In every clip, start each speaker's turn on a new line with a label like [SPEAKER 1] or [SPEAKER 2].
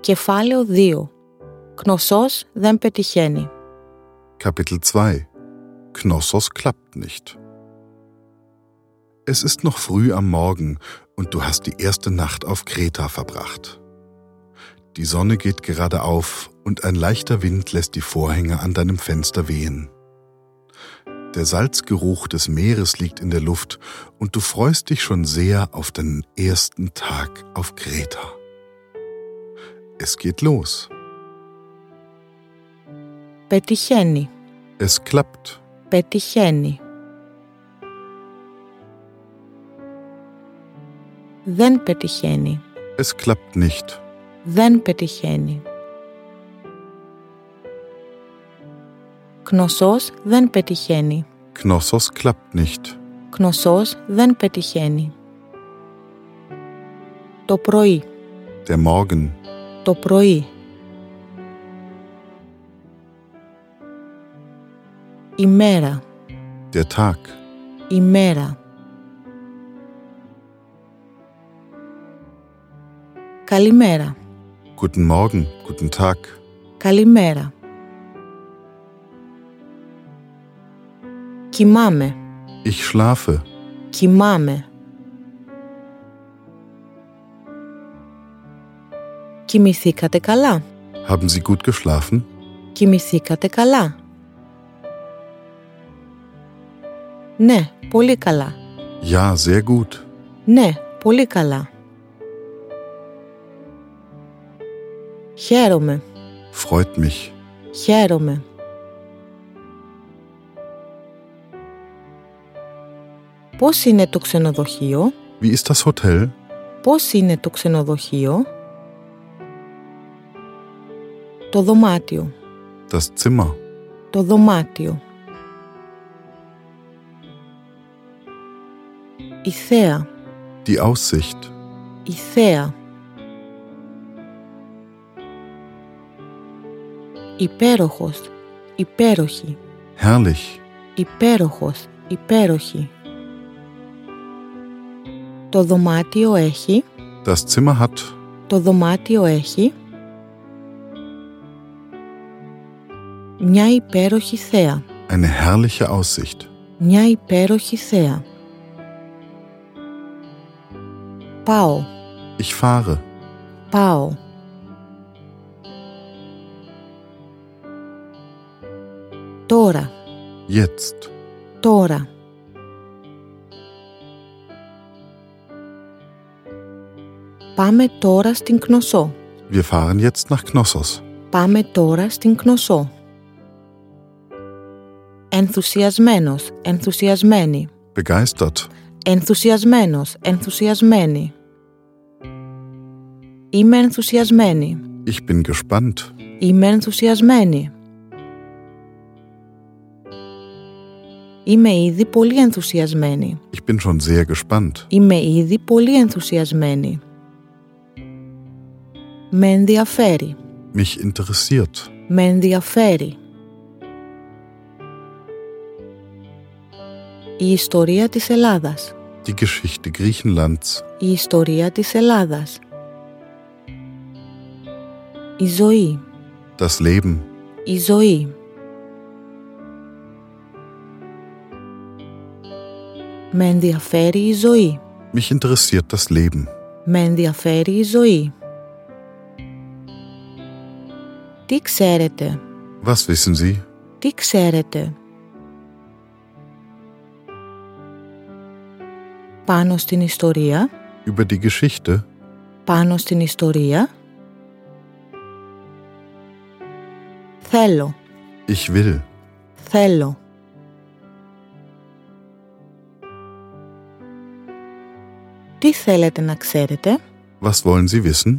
[SPEAKER 1] Κεφάλαιο 2. Κνωσός δεν πετυχαίνει.
[SPEAKER 2] Kapitel 2 Knossos klappt nicht. Es ist noch früh am Morgen und du hast die erste Nacht auf Kreta verbracht. Die Sonne geht gerade auf und ein leichter Wind lässt die Vorhänge an deinem Fenster wehen. Der Salzgeruch des Meeres liegt in der Luft und du freust dich schon sehr auf deinen ersten Tag auf Kreta. Es geht los.
[SPEAKER 1] Πετυχαίνει.
[SPEAKER 2] Es klappt.
[SPEAKER 1] Πετυχαίνει. Δεν πετυχαίνει.
[SPEAKER 2] Es klappt nicht.
[SPEAKER 1] Δεν πετυχαίνει. Κνωσός δεν πετυχαίνει.
[SPEAKER 2] Knossos klappt nicht.
[SPEAKER 1] Κνωσός δεν πετυχαίνει. Το πρωί.
[SPEAKER 2] Der Morgen.
[SPEAKER 1] Το πρωί. Ημέρα.
[SPEAKER 2] Der Tag.
[SPEAKER 1] Ημέρα. Καλημέρα.
[SPEAKER 2] Guten Morgen. Guten Tag.
[SPEAKER 1] Καλημέρα. Κοιμάμαι.
[SPEAKER 2] Ich schlafe.
[SPEAKER 1] Κοιμάμαι. Κοιμηθήκατε καλά.
[SPEAKER 2] Haben Sie gut geschlafen?
[SPEAKER 1] Κοιμηθήκατε καλά. Ναι, πολύ καλά.
[SPEAKER 2] Ja, sehr gut.
[SPEAKER 1] Ναι, πολύ καλά. Χαίρομαι,
[SPEAKER 2] Freut mich.
[SPEAKER 1] χαίρομαι. Πώς είναι το ξενοδοχείο,
[SPEAKER 2] Wie ist das Hotel?
[SPEAKER 1] πώς είναι το ξενοδοχείο. Το δωμάτιο,
[SPEAKER 2] Das Zimmer.
[SPEAKER 1] το δωμάτιο. Η θέα,
[SPEAKER 2] Die Aussicht.
[SPEAKER 1] η θέα. Υπέροχος, υπέροχη,
[SPEAKER 2] Herrlich.
[SPEAKER 1] υπέροχος, υπέροχη. Το δωμάτιο έχει,
[SPEAKER 2] Das Zimmer hat
[SPEAKER 1] το δωμάτιο έχει μια υπέροχη θέα,
[SPEAKER 2] eine herrliche Aussicht.
[SPEAKER 1] μια υπέροχη θέα. Πάω,
[SPEAKER 2] Ich fahre.
[SPEAKER 1] Πάω. Τώρα,
[SPEAKER 2] Jetzt.
[SPEAKER 1] τώρα. Πάμε τώρα στην Κνωσό.
[SPEAKER 2] Wir fahren jetzt nach Knossos.
[SPEAKER 1] Πάμε τώρα στην Κνωσό. Ενθουσιασμένος, ενθουσιασμένη.
[SPEAKER 2] Begeistert.
[SPEAKER 1] Ενθουσιασμένος, ενθουσιασμένη. Είμαι ενθουσιασμένη.
[SPEAKER 2] Ich bin gespannt.
[SPEAKER 1] Είμαι ενθουσιασμένη. Είμαι ήδη πολύ ενθουσιασμένη.
[SPEAKER 2] Ich bin schon sehr gespannt.
[SPEAKER 1] Είμαι ήδη πολύ ενθουσιασμένη. Με ενδιαφέρει.
[SPEAKER 2] Mich interessiert.
[SPEAKER 1] Με ενδιαφέρει. Η ιστορία της Ελλάδας.
[SPEAKER 2] Die Geschichte Griechenlands.
[SPEAKER 1] Η ιστορία της Ελλάδας. Η ζωή.
[SPEAKER 2] Das Leben.
[SPEAKER 1] Η ζωή. Με ενδιαφέρει η ζωή.
[SPEAKER 2] Mich interessiert das Leben.
[SPEAKER 1] Με ενδιαφέρει η ζωή. Τι ξέρετε,
[SPEAKER 2] Was wissen Sie?
[SPEAKER 1] τι ξέρετε. Πάνω στην ιστορία,
[SPEAKER 2] Über die Geschichte?
[SPEAKER 1] πάνω στην ιστορία. Θέλω,
[SPEAKER 2] Ich will.
[SPEAKER 1] θέλω. Τι θέλετε να ξέρετε,
[SPEAKER 2] Was wollen Sie wissen?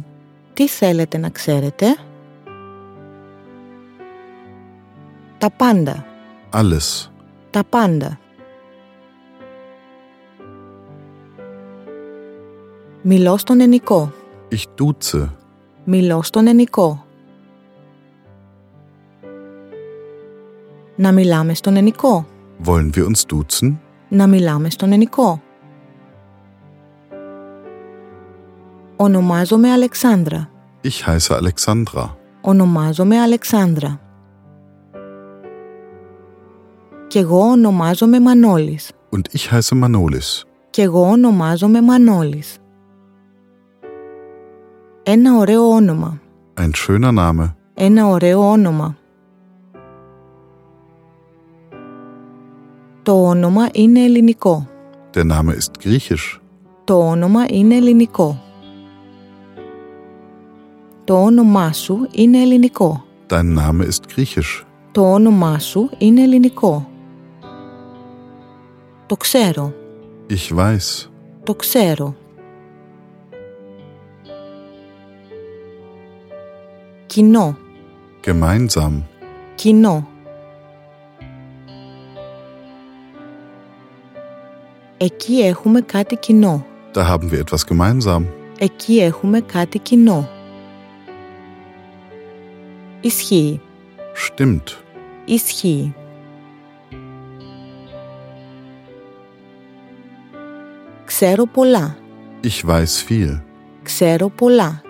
[SPEAKER 1] τι θέλετε να ξέρετε. Τα πάντα,
[SPEAKER 2] Alles.
[SPEAKER 1] τα πάντα. Μιλώ στον ενικό,
[SPEAKER 2] Ich duze.
[SPEAKER 1] μιλώ στον ενικό. Να μιλάμε στον ενικό.
[SPEAKER 2] Wollen wir uns duzen?
[SPEAKER 1] να μιλάμε στον ενικό. Ονομάζομαι Αλεξάνδρα.
[SPEAKER 2] Ich heiße Alexandra.
[SPEAKER 1] Ονομάζομαι Αλεξάνδρα. Κι εγώ ονομάζομαι Μανώλης.
[SPEAKER 2] Und ich heiße Manolis.
[SPEAKER 1] Κι εγώ ονομάζομαι Μανώλης. Ένα ωραίο όνομα.
[SPEAKER 2] Ein schöner Name.
[SPEAKER 1] Ένα ωραίο όνομα. Το όνομα είναι ελληνικό.
[SPEAKER 2] Der Name ist griechisch.
[SPEAKER 1] Το όνομα είναι ελληνικό. Το όνομά σου είναι ελληνικό.
[SPEAKER 2] Dein Name ist griechisch.
[SPEAKER 1] Το όνομά σου είναι ελληνικό. Το ξέρω.
[SPEAKER 2] Ich weiß.
[SPEAKER 1] Το ξέρω. Κοινό.
[SPEAKER 2] Gemeinsam.
[SPEAKER 1] Κοινό. Εκεί έχουμε κάτι κοινό.
[SPEAKER 2] Da haben wir etwas gemeinsam.
[SPEAKER 1] Εκεί έχουμε κάτι κοινό. Ισχύει.
[SPEAKER 2] Stimmt.
[SPEAKER 1] Ισχύει. Ξέρω πολλά.
[SPEAKER 2] Ich weiß viel.
[SPEAKER 1] Ξέρω πολλά.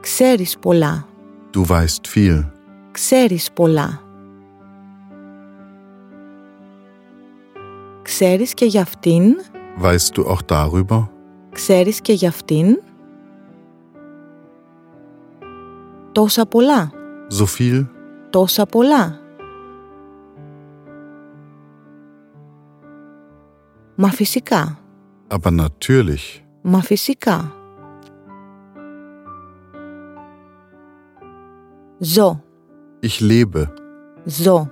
[SPEAKER 1] Ξέρεις πολλά.
[SPEAKER 2] Du weißt viel.
[SPEAKER 1] Ξέρεις πολλά. Ξέρεις και για αυτήν.
[SPEAKER 2] Weißt du auch darüber?
[SPEAKER 1] Ξέρεις και για αυτήν. Τόσα πολλά.
[SPEAKER 2] So viel?
[SPEAKER 1] Τόσα πολλά. Μα φυσικά.
[SPEAKER 2] Aber natürlich.
[SPEAKER 1] Μα φυσικά. Ζω,
[SPEAKER 2] Ich lebe.
[SPEAKER 1] ζω.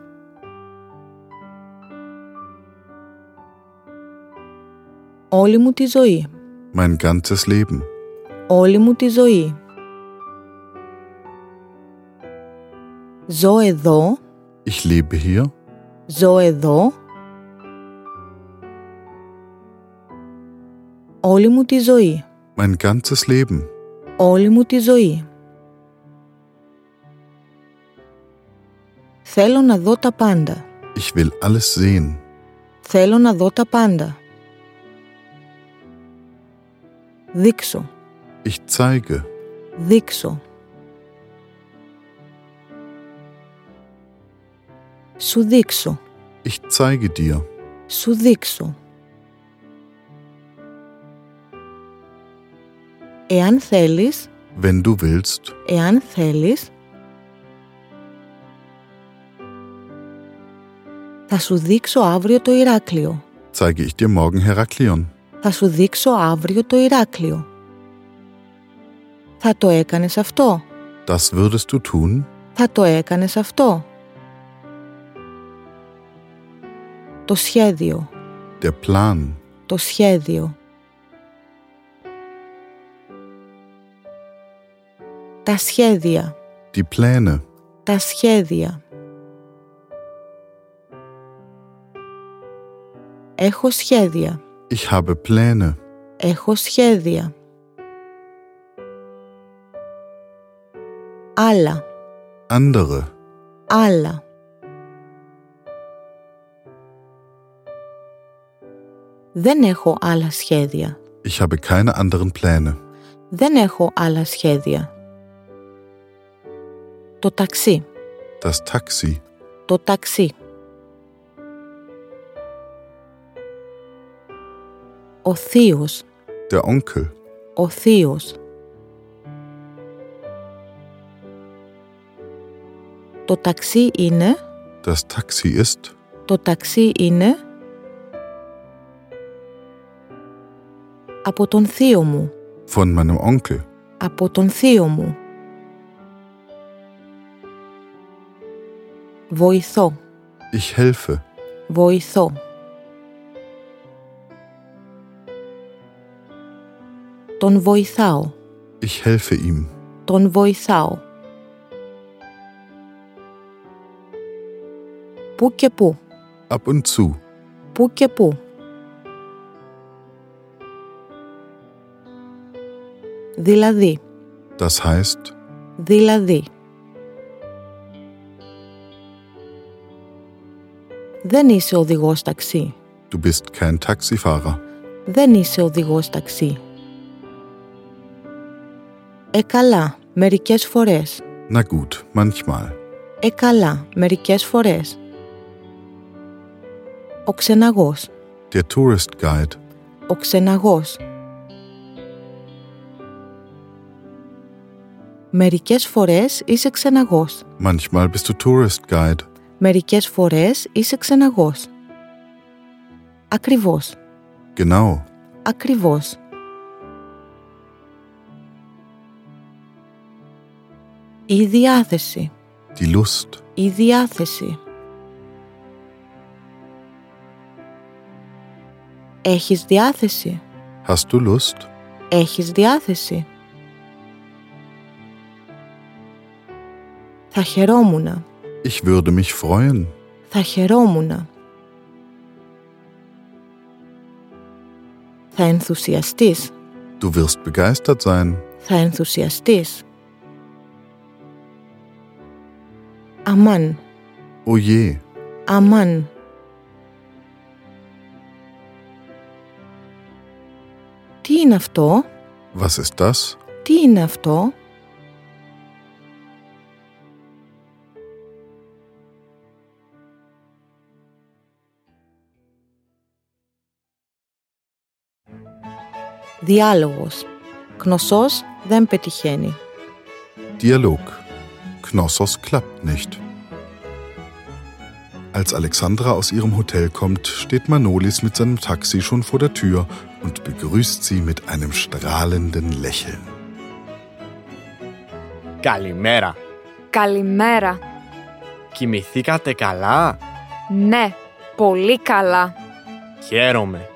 [SPEAKER 1] Όλη μου τη ζωή,
[SPEAKER 2] Mein ganzes Leben.
[SPEAKER 1] όλη μου τη ζωή. Ζω εδώ,
[SPEAKER 2] Ich lebe hier.
[SPEAKER 1] ζω εδώ. Όλη μου τη ζωή.
[SPEAKER 2] Mein ganzes Leben.
[SPEAKER 1] όλη μου τη ζωή. Θέλω να δω τα πάντα.
[SPEAKER 2] Ich will alles sehen.
[SPEAKER 1] Θέλω να δω τα πάντα. Δείξω,
[SPEAKER 2] Ich zeige.
[SPEAKER 1] δείξω. Σου δείξω,
[SPEAKER 2] Ich zeige dir.
[SPEAKER 1] σου δείξω. Εάν θέλεις,
[SPEAKER 2] Wenn du willst,
[SPEAKER 1] εάν θέλεις, θα σου δείξω αύριο το Ηράκλειο.
[SPEAKER 2] zeige ich dir morgen Heraklion.
[SPEAKER 1] Θα σου δείξω αύριο το Ηράκλειο. Θα το έκανες αυτό.
[SPEAKER 2] Das würdest du tun?
[SPEAKER 1] Θα το έκανες αυτό. Το σχέδιο.
[SPEAKER 2] Der Plan.
[SPEAKER 1] Το σχέδιο. Τα σχέδια.
[SPEAKER 2] Die Pläne.
[SPEAKER 1] τα σχέδια. Έχω σχέδια.
[SPEAKER 2] Ich habe Pläne.
[SPEAKER 1] Έχω σχέδια. Άλλα,
[SPEAKER 2] Andere.
[SPEAKER 1] άλλα. Δεν έχω άλλα σχέδια.
[SPEAKER 2] Ich habe keine anderen Pläne.
[SPEAKER 1] Δεν έχω άλλα σχέδια. Το ταξί.
[SPEAKER 2] Das Taxi.
[SPEAKER 1] το ταξί. Ο θείος,
[SPEAKER 2] Der Onkel.
[SPEAKER 1] ο θείος. Το ταξί είναι,
[SPEAKER 2] Das Taxi ist.
[SPEAKER 1] το ταξί είναι από τον θείο μου,
[SPEAKER 2] Von meinem Onkel.
[SPEAKER 1] από τον θείο μου. Βοηθώ.
[SPEAKER 2] Ich helfe.
[SPEAKER 1] Βοηθώ. Τον βοηθάω.
[SPEAKER 2] Ich helfe ihm.
[SPEAKER 1] Τον βοηθάω. Πού και πού.
[SPEAKER 2] Ab und zu.
[SPEAKER 1] Πού και πού. Δηλαδή.
[SPEAKER 2] Das heißt,
[SPEAKER 1] Δηλαδή. Δεν είσαι οδηγός ταξί.
[SPEAKER 2] du bist kein Taxifahrer.
[SPEAKER 1] Δεν είσαι οδηγός ταξί. Ε, καλά, μερικές φορές.
[SPEAKER 2] Na gut, manchmal.
[SPEAKER 1] Ε, καλά, μερικές φορές. Ο ξεναγός.
[SPEAKER 2] Der Tourist Guide.
[SPEAKER 1] Ο ξεναγός. Μερικές φορές είσαι ξεναγός.
[SPEAKER 2] Manchmal bist du Tourist Guide.
[SPEAKER 1] Μερικές φορές είσαι ξεναγός. Ακριβώς.
[SPEAKER 2] Genau.
[SPEAKER 1] Ακριβώς. Η διάθεση.
[SPEAKER 2] Die Lust.
[SPEAKER 1] Η διάθεση. Έχεις διάθεση.
[SPEAKER 2] Hast du Lust?
[SPEAKER 1] Έχεις διάθεση. Θα χαιρόμουνα.
[SPEAKER 2] Ich würde mich freuen.
[SPEAKER 1] Θα χαιρόμουνα. Θα ενθουσιαστείς.
[SPEAKER 2] Du wirst begeistert sein.
[SPEAKER 1] Θα ενθουσιαστείς. Αμάν,
[SPEAKER 2] Oh je,
[SPEAKER 1] αμάν. Τι είναι αυτό,
[SPEAKER 2] was ist das?
[SPEAKER 1] τι είναι αυτό. Διάλογος. Κνωσός δεν πετυχαίνει.
[SPEAKER 2] Dialog. Knossos klappt nicht. Als Alexandra aus ihrem Hotel kommt, steht Manolis mit seinem Taxi schon vor der Tür und begrüßt sie mit einem strahlenden Lächeln.
[SPEAKER 3] Καλημέρα.
[SPEAKER 4] Καλημέρα.
[SPEAKER 3] Κοιμηθήκατε καλά.
[SPEAKER 4] Ναι, πολύ καλά.
[SPEAKER 3] Χαίρομαι.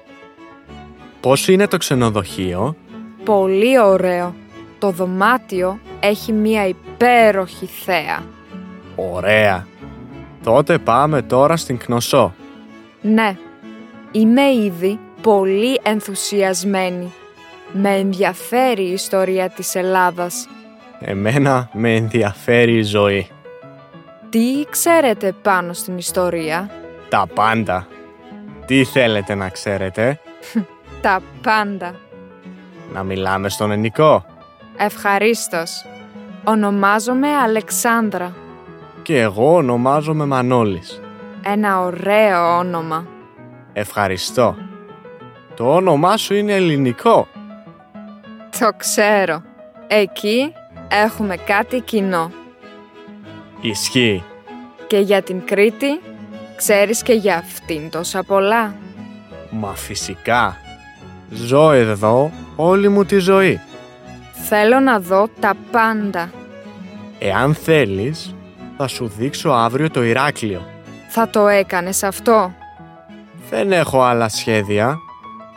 [SPEAKER 3] Πώς είναι το ξενοδοχείο?
[SPEAKER 4] Πολύ ωραίο. Το δωμάτιο έχει μία υπέροχη θέα.
[SPEAKER 3] Ωραία. Τότε πάμε τώρα στην Κνωσό.
[SPEAKER 4] Ναι, είμαι ήδη πολύ ενθουσιασμένη. Με ενδιαφέρει η ιστορία της Ελλάδας.
[SPEAKER 3] Εμένα με ενδιαφέρει η ζωή.
[SPEAKER 4] Τι ξέρετε πάνω στην ιστορία?
[SPEAKER 3] Τα πάντα. Τι θέλετε να ξέρετε?
[SPEAKER 4] Τα πάντα.
[SPEAKER 3] Να μιλάμε στον ελληνικό.
[SPEAKER 4] Ευχαρίστως. Ονομάζομαι Αλεξάνδρα.
[SPEAKER 3] Και εγώ ονομάζομαι Μανώλης.
[SPEAKER 4] Ένα ωραίο όνομα.
[SPEAKER 3] Ευχαριστώ. Το όνομά σου είναι ελληνικό.
[SPEAKER 4] Το ξέρω. Εκεί έχουμε κάτι κοινό.
[SPEAKER 3] Ισχύει.
[SPEAKER 4] Και για την Κρήτη, ξέρεις και για αυτήν τόσα πολλά.
[SPEAKER 3] Μα φυσικά. Ζω εδώ όλη μου τη ζωή.
[SPEAKER 4] Θέλω να δω τα πάντα.
[SPEAKER 3] Εάν θέλεις, θα σου δείξω αύριο το Ηράκλειο.
[SPEAKER 4] Θα το έκανες αυτό.
[SPEAKER 3] Δεν έχω άλλα σχέδια.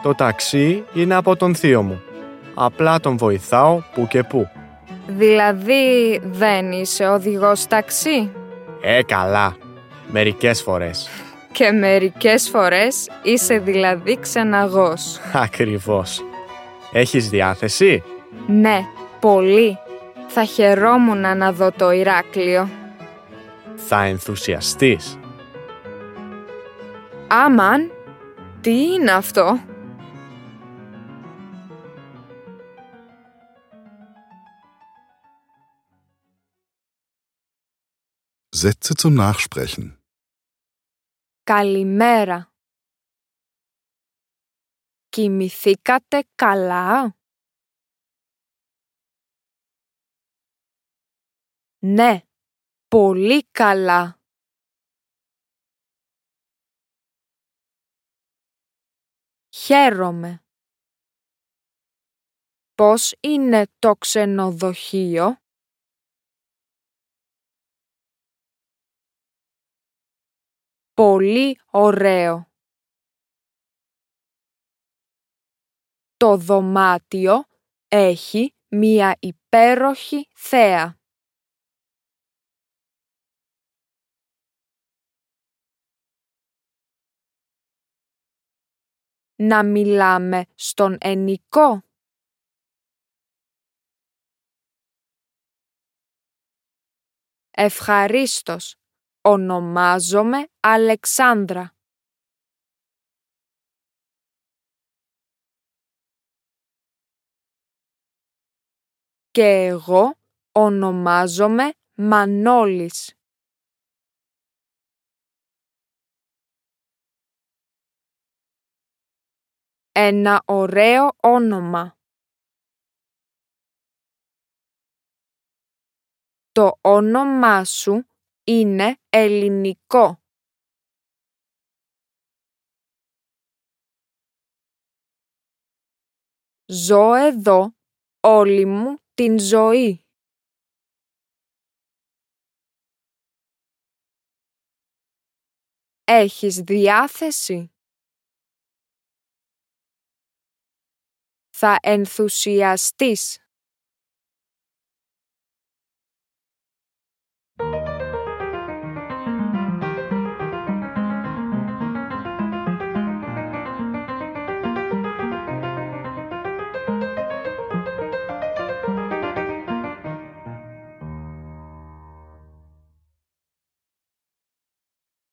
[SPEAKER 3] Το ταξί είναι από τον θείο μου. Απλά τον βοηθάω που και που.
[SPEAKER 4] Δηλαδή δεν είσαι οδηγός ταξί.
[SPEAKER 3] Ε, καλά. Μερικές φορές.
[SPEAKER 4] Και μερικές φορές είσαι δηλαδή ξεναγός.
[SPEAKER 3] Ακριβώς. Έχεις διάθεση?
[SPEAKER 4] Ναι, πολύ. Θα χαιρόμουν να δω το Ηράκλειο.
[SPEAKER 3] Θα ενθουσιαστείς.
[SPEAKER 4] Άμαν, τι είναι αυτό.
[SPEAKER 2] Sätze zum Nachsprechen.
[SPEAKER 4] Καλημέρα. Κοιμηθήκατε καλά? Ναι, πολύ καλά. Χαίρομαι. Πώς είναι το ξενοδοχείο? Πολύ ωραίο. Το δωμάτιο έχει μία υπέροχη θέα. Να μιλάμε στον ενικό. Ευχαρίστως. Ονομάζομαι Αλεξάνδρα. και εγώ ονομάζομαι Μανώλης. Ένα ωραίο όνομα. Το όνομά σου είναι ελληνικό. Ζω εδώ όλη μου την ζωή. Έχεις διάθεση. Θα ενθουσιαστείς.